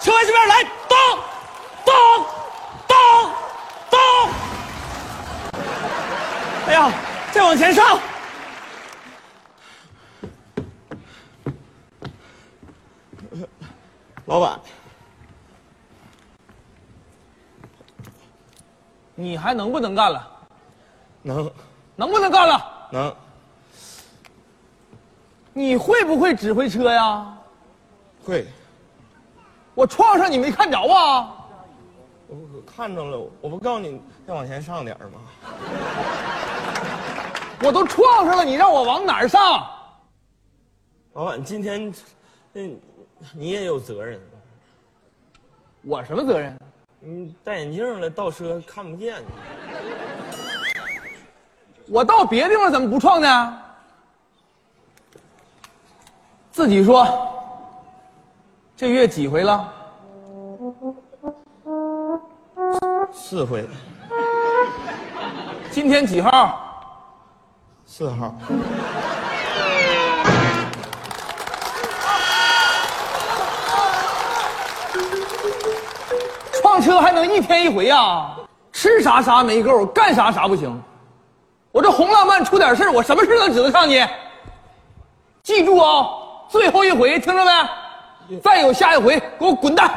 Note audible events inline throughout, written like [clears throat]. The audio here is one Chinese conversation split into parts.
这边来，咚，咚，咚，咚。哎呀，再往前上。老板，你还能不能干了？能能不能干了？能你会不会指挥车呀？会，我撞上你没看着啊？我我看着了，我不告诉你再往前上点儿吗？我都撞上了，你让我往哪儿上？老板，今天，嗯，你也有责任，我什么责任？你戴眼镜了倒车看不见，我到别地方怎么不撞呢？自己说，这月几回了？四回，今天几号？四号，撞车还能一天一回呀、吃啥啥没够，干啥啥不行。我这红浪漫出点事儿我什么事儿都指得上你。记住啊、最后一回，听着嗯没？再有下一回，给我滚蛋！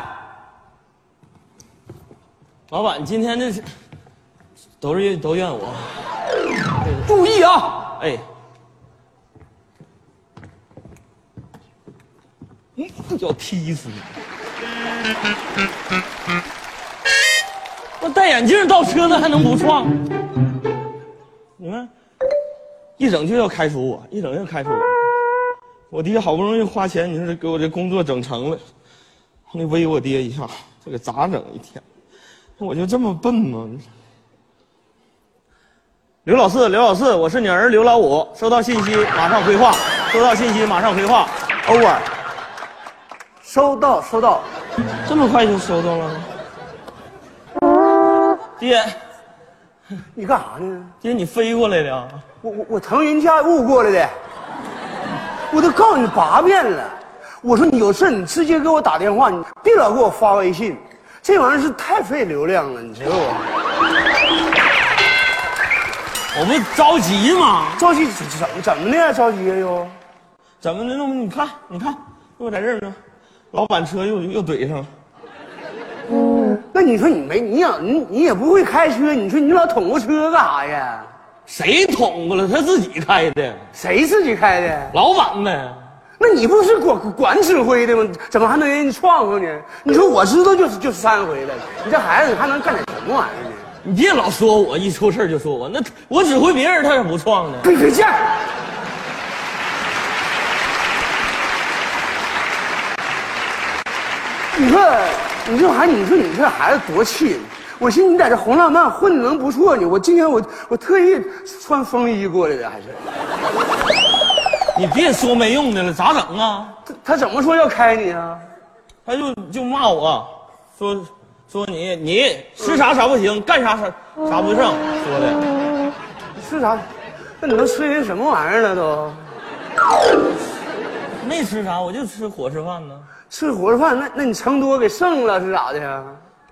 老板，今天这是，都是都怨我，注意啊！哎，嗯，要踢死你！那戴眼镜倒车那还能不撞？你们一整就要开除我，一整就开除我。我爹好不容易花钱，你说这给我这工作整成了，那威我爹一下，这个咋整一天？我就这么笨吗？刘老四，刘老四，我是你儿刘老五，收到信息马上规划，收到信息马上规划，over。收到，收到。这么快就收到了？爹，你干啥呢？爹，你飞过来的？我我我腾云驾雾过来的，我都告诉你八遍了。我说你有事你直接给我打电话，你别老给我发微信，这玩意儿是太费流量了，你知道不？我不着急吗？着急怎怎么怎么的呀？着急呀又？怎么的？那不你看，你看，又在这儿呢，老板车又又怼上了。那你说你没你想你你也不会开车，你说你老捅过车干啥呀？谁捅过了？他自己开的，谁自己开的？老板呗。那你不是管管指挥的吗？怎么还能让人撞上呢？你说我知道就是就是三回了，你这孩子还能干点什么玩意儿呢？你别老说我，一出事儿就说我。那我指挥别人，他也不撞呢。别别犟！你说，你这孩子，你说你这孩子多气人！我寻思你在这红浪漫混的能不错呢，我今天我我特意穿风衣过来的，还是你别说没用的了，咋整啊？他他怎么说要开你啊？他就就骂我，说说你你吃啥啥不行，干啥啥啥不剩，说的是啥？那你都吹人什么玩意儿了都？没吃啥，我就吃伙食饭呢。吃火锅饭，那那你成多给剩了是咋的呀？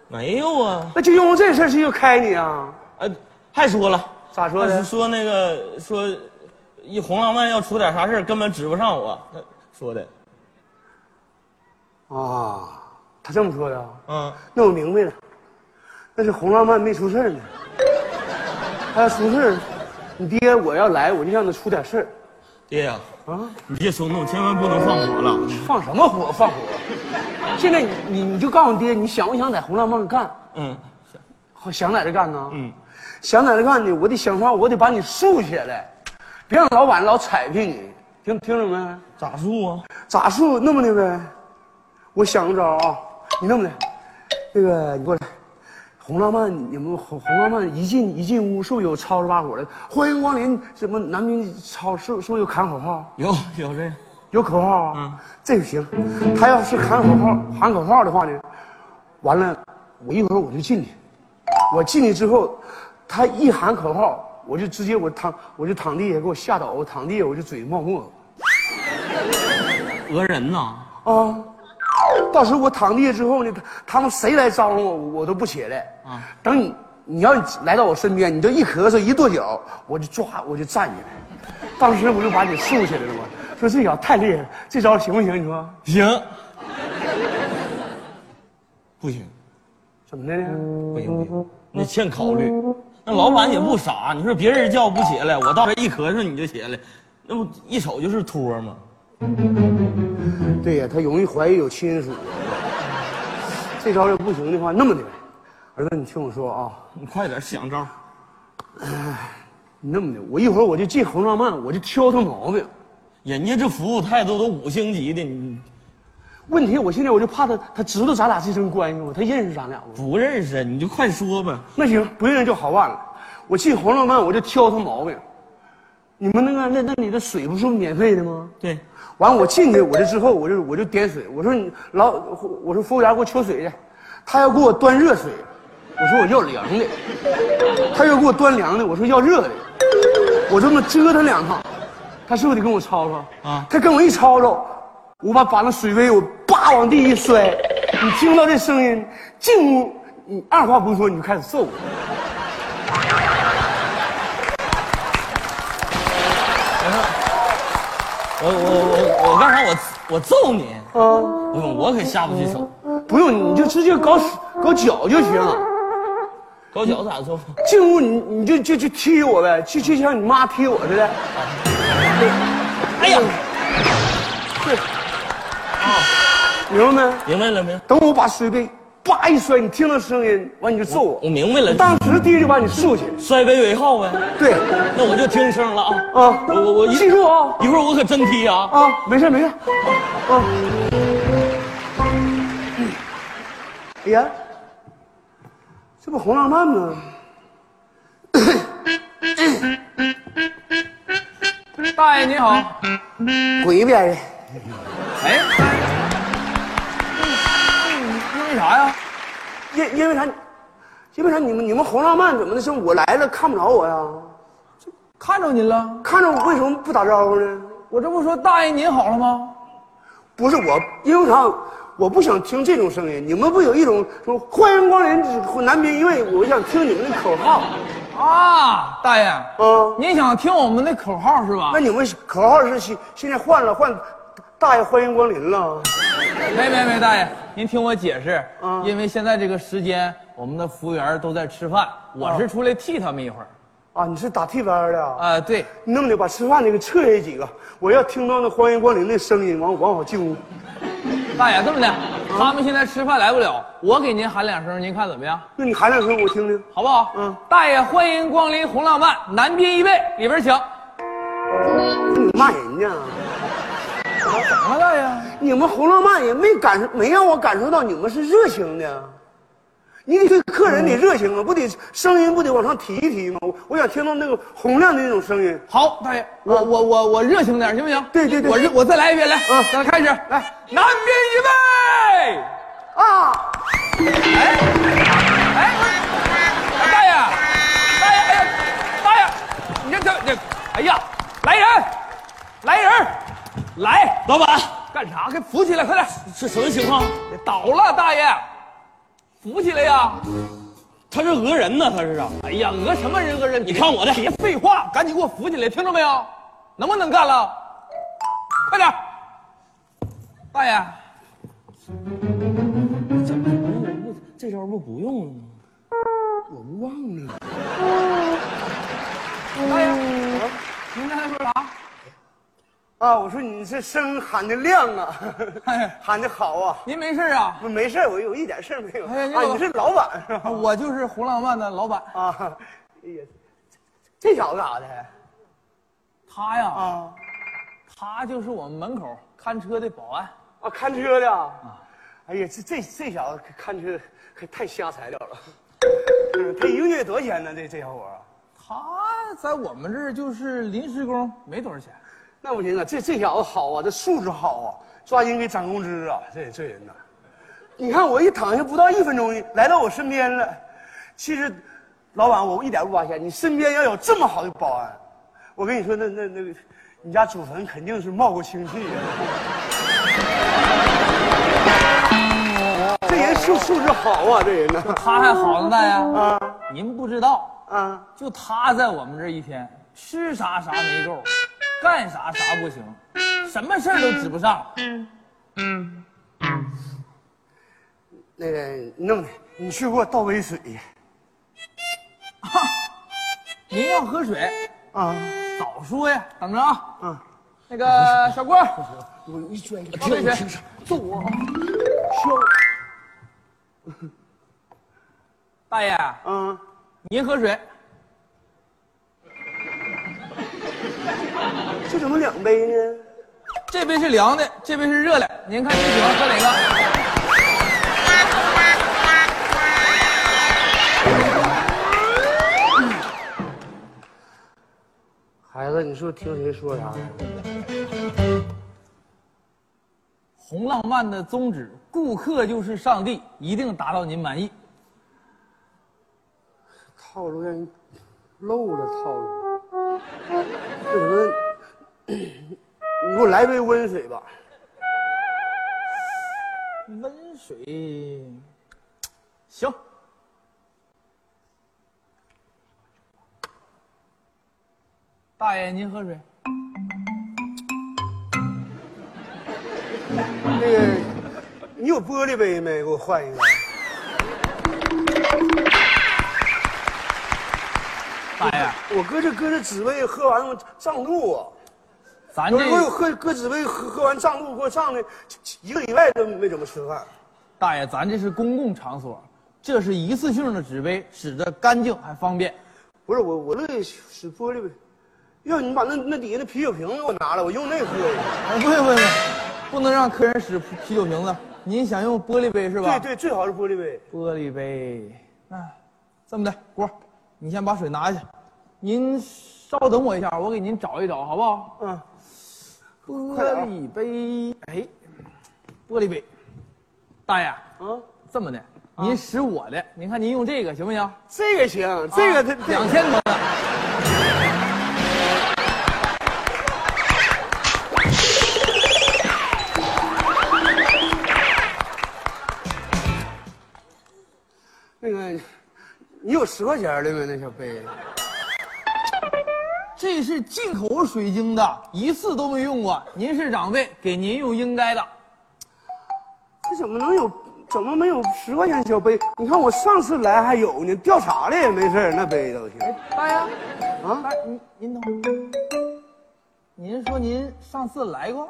没有啊，那就因为这事儿就要开你啊？呃，还说了，咋说的还说那个说一红浪漫要出点啥事儿根本指不上我，他说的，啊，他这么说的啊。嗯，那我明白了，那是红浪漫没出事儿呢。他要出事儿，你爹我要来，我就让他出点事爹呀、儿啊！你别冲动，千万不能放火了。放什么火？放火！现在你你你就告诉爹，你想不想在红浪漫干？嗯，好，想在这干呢？嗯，想在这干呢，我得想法，我得把你竖起来，别让老板老踩平你，听听着没？咋住啊？咋竖那么的呗？我想个招儿啊，你那么的，那个你过来，红浪漫，你们红红浪漫一进一进屋，是不是有吵着把火的？欢迎光临，什么男女超是不是有喊口号？有有这样，有口号啊？嗯这个行，他要是喊口号喊口号的话呢，完了，我一会儿我就进去，我进去之后，他一喊口号，我就直接我躺我就躺地下给我吓倒，我躺地下我就嘴冒沫子。讹人呐！啊，到时候我躺地下之后呢，他他们谁来招呼我，我都不起来。啊，等你你要来到我身边，你就一咳嗽一跺脚，我就抓我就站起来，当时我就把你竖起来了嘛。说这脚太厉害了，这招行不行？你说行，不行，怎么的呢？不行，不行，你欠考虑。那老板也不傻，你说别人叫不起来，我到这一咳嗽你就起来，那不一瞅就是托吗？对呀、他容易怀疑有亲属。这招要不行的话，那么的呗，儿子，你听我说啊。你快点想招。你那么的，我一会儿我就借红浪漫，我就挑他毛病。人家这服务态度都五星级的，你问题我现在我就怕他，他知道咱俩这层关系吗？他认识咱俩不？不认识，你就快说吧。那行，不认识就好办了。我借红浪漫，我就挑他毛病。你们那个那那里的水不是免费的吗？对，完我进去，我这之后我就我就点水，我说你老，我说服务员给我取水去，他要给我端热水，我说我要凉的，他又给我端凉的，我说要热的，我这么折腾两趟，他是不是得跟我吵吵？啊他跟我一吵吵，我把把那水杯我叭往地一摔，你听到这声音，进屋你二话不说你就开始揍我。我我我我干啥？我我揍你？啊不用，我可下不去手。不用，你就直接搞搞脚就行。啊搞脚咋揍？进屋你你就就就踢我呗，就就像你妈踢我似的。哎呀，明白没？明白了没？等我把水杯叭一摔，你听到声音，完你就揍我。我明白了你当时第一就把你竖起来。摔杯为号呗。对，那我就听声了啊。啊，我我我一记住啊一会儿我可真踢啊。啊，没事没事，啊。哎呀，这不红浪漫吗？ [coughs] 大爷你好，滚一边去！哎，因为啥呀？因因为啥？因为啥？你们你们红浪漫怎么的？是我来了看不着我呀？看着您了，看着我为什么不打招呼呢？我这不说大爷您好了吗？不是我，因为啥？我不想听这种声音。你们不有一种说欢迎光临南滨，因为我想听你们的口号啊，大爷，啊。您想听我们的口号是吧那？你们口号是现现在换了，换大爷欢迎光临了。没没没，大爷，您听我解释，嗯因为现在这个时间，我们的服务员都在吃饭，我是出来替他们一会儿。啊，你是打替班的啊？啊、对，你那么的把吃饭那个撤下几个，我要听到那欢迎光临的声音，完我往好进屋。大爷这么的，他们现在吃饭来不了，我给您喊两声，您看怎么样？那你喊两声我听听。好不好？嗯大爷欢迎光临红浪漫南滨一位，里边请。你骂人呢？怎么了，大爷？你们红浪漫也没感受，没让我感受到你们是热情的。你得对客人得热情啊，不得声音不得往上提一提吗？我我想听到那个洪亮的那种声音。好，大爷，我我我我热情点行不行？嗯对对对我热，我再来一遍，来，嗯咱开始，来，南滨一位。啊，哎，大爷，大爷，哎呀，大爷，你这这这，哎呀，来人，来人，来，老板，干啥？给扶起来，快点！这什么情况？倒了，大爷，扶起来呀！他是讹人呢，他是啊。哎呀，讹什么人讹人？你看我的别废话，赶紧给我扶起来，听着没有？能不能干了？快点，大爷，这招不不用了吗？大爷，您刚才说啥？啊，我说你这声喊的亮啊，哎喊的好啊。您没事啊？不没事儿，我有一点事儿没有。哎呀你啊，老你是老板是吧？我就是红浪漫的老板，啊，哎呀，这这小子咋的？他呀。啊他就是我们门口看车的保安。啊，看车的啊。哎呀，这这这小子看车可太瞎材料了。是他一个月多少钱呢？这这小伙儿。啊他在我们这儿就是临时工，没多少钱。那不行啊，这这小子好啊，这素质好啊，抓紧给涨工资啊，这这人呐、你看我一躺下不到一分钟，来到我身边了。其实，老板，我一点不花钱，你身边要有这么好的保安，我跟你说，那那那个，你家祖坟肯定是冒过清气呀、就素质好啊，这人呢他还好呢，大爷。啊您不知道， [laughs] 啊，就他在我们这一天，吃啥啥没够，干啥啥不行，什么事儿都指不上。那个你弄的，你去给我倒杯水您要喝水，啊早说呀，等着啊。啊！那个小郭，我一摔，倒杯水，揍我！大爷，削啊！您喝水。这怎么两杯呢？这杯是凉的，这杯是热的，您看您喜欢喝哪个？孩子，你是不是听谁说啊啥？红浪漫的宗旨，顾客就是上帝，一定达到您满意。套路让人漏了套路。这什么？ [clears throat] 你给我来杯温水吧。温水，行。大爷，您喝水。那个，你有玻璃杯没？给我换一个。大爷，我搁这搁这纸杯喝完我胀肚啊！咱我我有这喝搁纸杯喝喝完胀肚，给我胀的一个礼拜都没怎么吃饭。大爷，咱这是公共场所，这是一次性的纸杯，使得干净还方便。不是我我乐意使玻璃杯，要你把那那底下那啤酒瓶给我拿来，我用那喝去。哎，不会不会，不会不能让客人使啤酒瓶子。您想用玻璃杯是吧？对对，最好是玻璃杯。玻璃杯，啊，这么的，郭儿，你先把水拿下去，您稍等我一下，我给您找一找，好不好？嗯，玻快点啊璃杯，哎，玻璃杯，大爷，啊，这么的，您使我的，您看您用这个行不行？这个行，这个它啊两千多呢，那个，你有十块钱的吗？那小杯？这是进口水晶的，一次都没用过。您是长辈，给您用应该的。这怎么能有？怎么没有十块钱小杯？你看我上次来还有呢，调查了也没事儿那杯都行。大爷，啊大爷，哎您您等会儿，您说您上次来过？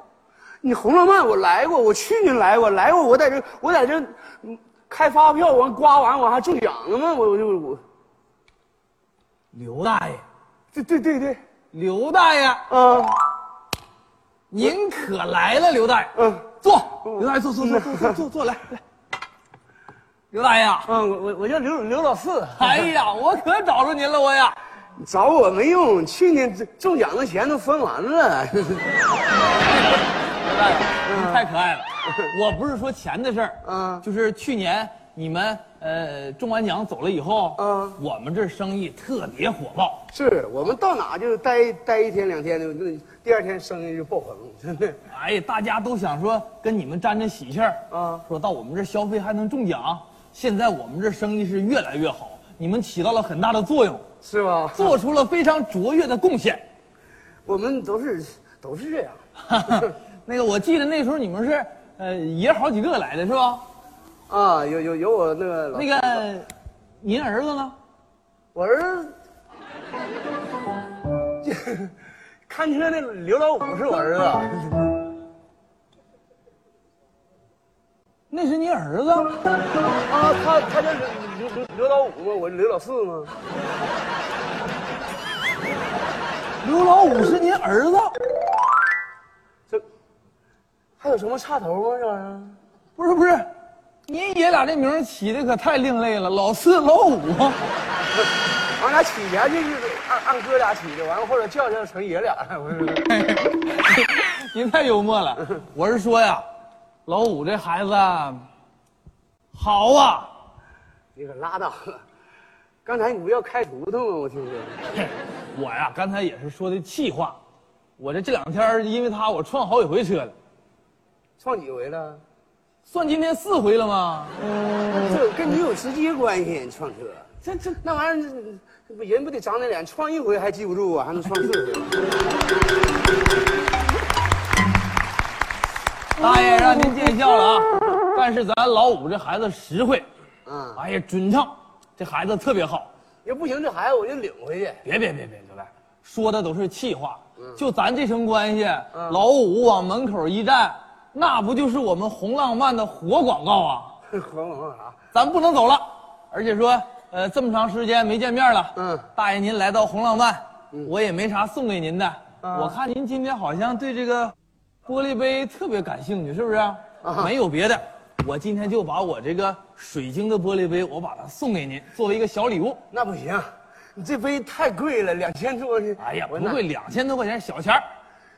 你红浪漫我来过，我去年来过，来过我在这我在这嗯开发票完刮完我还中奖了吗？我我就我，刘大爷，对对对对，刘大爷，啊您可来了，刘大爷，嗯坐，刘大爷坐坐坐坐坐坐坐来来，刘大爷啊，啊，我我我叫刘刘老四，哎呀，我可找着您了，我呀，你找我没用，去年中中奖的钱都分完了， [laughs] 刘大爷，您太可爱了，我不是说钱的事儿，嗯就是去年你们呃中完奖走了以后，嗯我们这生意特别火爆，是我们到哪就待待一天两天的，那第二天生意就爆棚，真的。哎，大家都想说跟你们沾沾喜气儿啊说到我们这儿消费还能中奖，现在我们这生意是越来越好，你们起到了很大的作用，是吧？做出了非常卓越的贡 [laughs] 献。我们都是都是这样，那个我记得那时候你们是呃爷好几个来的是吧？啊，有有有我那个老那个您儿子呢？我儿子，看车那刘老五是我儿子，啊那是你儿子？ [laughs] 啊，他他叫刘刘刘刘老五吗？我刘老四吗？刘老五是您儿子？这还有什么差头吗？这玩意儿？不是不是，您爷俩这名儿起的可太另类了，老四老五。 [laughs] 俺俩起前就是按按哥俩起的，完了后来叫叫成爷俩 [laughs] 了。我说您太幽默了。我是说呀，老五这孩子好啊，你可拉倒了，刚才你不要开骨头吗？我听说。我呀刚才也是说的气话。我这这两天因为他，我撞好几回车了。撞几回了？算今天四回了吗？这跟你有直接关系，创客。这这那玩意儿，这不人不得长点脸，创一回还记不住啊，还能创四回？大爷让您见笑了啊！但是咱老五这孩子实惠，嗯，哎呀准唱，这孩子特别好。 [laughs] 要不行，这孩子我就领回去。 [laughs] 别别别别，刘白，说的都是气话。嗯就咱这层关系，老五往门口一站，那不就是我们红浪漫的活广告啊？黄广告啥？咱不能走了，而且说，呃，这么长时间没见面了，嗯大爷您来到红浪漫，我也没啥送给您的。啊我看您今天好像对这个玻璃杯特别感兴趣，是不是？啊没有别的，我今天就把我这个水晶的玻璃杯，我把它送给您，作为一个小礼物。那不行，你这杯太贵了，两千多。哎呀，不我那贵，两千多块钱小钱儿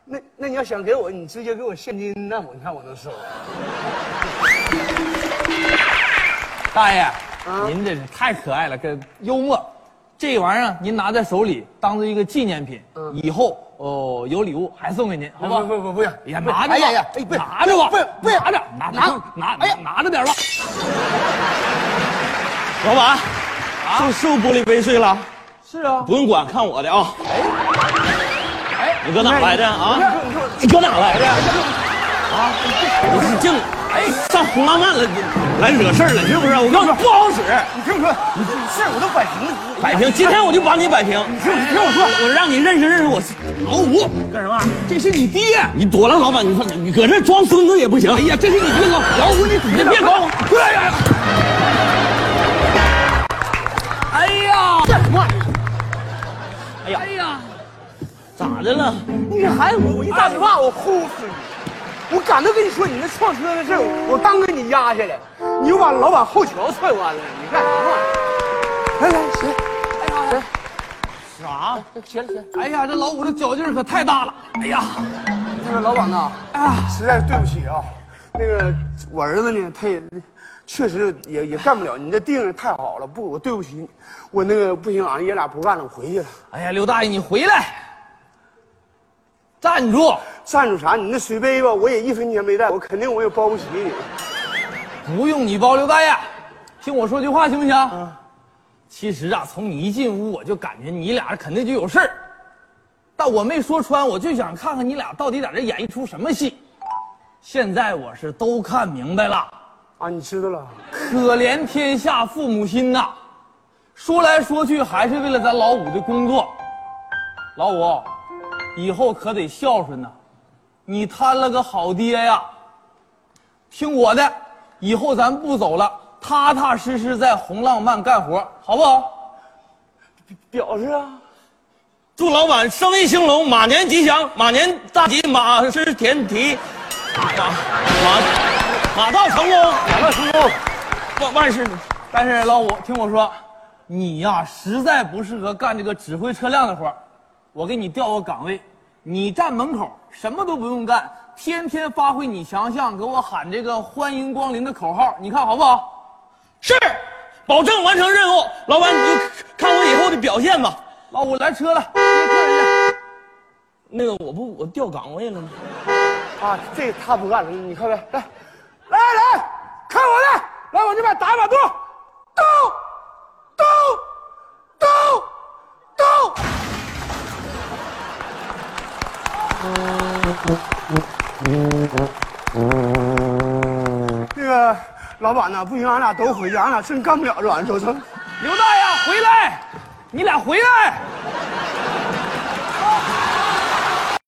那那你要想给我，你直接给我现金，那我你看我能收。大啊爷，您这是太可爱了，跟幽默。这玩意儿您拿在手里，当做一个纪念品，以后哦有礼物还送给您，好不好？嗯不不不不行，哎呀，拿着吧！哎呀呀，哎不是拿着吧！不是不是拿着，拿拿拿拿哎呀拿着点吧！老板，受受玻璃杯碎了，啊是啊，不用管，看我的啊！哎你搁哪来的啊？你给我你搁哪来的？啊！你净哎上红浪漫了，你来惹事儿了是不是？我告诉你不好使，你听我说，你这事儿我都摆平了。摆平！今天我就把你摆平！你听你听我说，我让你认识认识我老五，干什么？这是你爹！你躲了老板，你你搁这装孙子也不行！哎呀，这是你爹老老五，你你别管我！哎呀！哎呀！干什么？哎呀！哎呀！咋的了？你这孩子，我我一大嘴巴，我呼死你！我敢都跟你说，你那撞车的事儿，我我当给你压下来，你又把老板后桥踹弯了，你干什么玩意儿？来来，谁？啥？起来起来！哎呀，这老五这脚劲儿可太大了！哎呀！那个老板呐，啊！实在是对不起啊。那个我儿子呢，他也确实也也干不了，你这定的太好了，不，我对不起你，我那个不行，俺爷俩不干了，我回去了。哎呀，刘大爷，你回来！站住！赞助啥？你那水杯吧，我也一分钱没带，我肯定我也包不起你。不用你包，刘大爷，听我说句话行不行？其实啊，从你一进屋，我就感觉你俩肯定就有事儿，但我没说穿，我就想看看你俩到底在这演一出什么戏。现在我是都看明白了，啊，你知道了。可怜天下父母心呐，说来说去还是为了咱老五的工作。老五，以后可得孝顺呐、你摊了个好爹呀。听我的，以后咱不走了，踏踏实实在红浪漫干活，好不好？表示啊，祝老板生意兴隆，马年吉祥，马年大吉，马失前蹄，马马马到成功，两万成功。万万事。但是老五，听我说，你呀、实在不适合干这个指挥车辆的活儿我给你调个岗位，你站门口，什么都不用干，天天发挥你强项，给我喊这个“欢迎光临”的口号，你看好不好？是，保证完成任务。老板，你就看我以后的表现吧。老五来车了，接客人去。那个，我不，我调岗位了吗？啊，这他不干了，你看看，来，来来，看我的，来往这边打一把刀，刀，刀，刀，刀。那个老板呐，不行，俺俩都回去，俺俩真干不了这玩意儿，走走。刘大爷回来，你俩回来。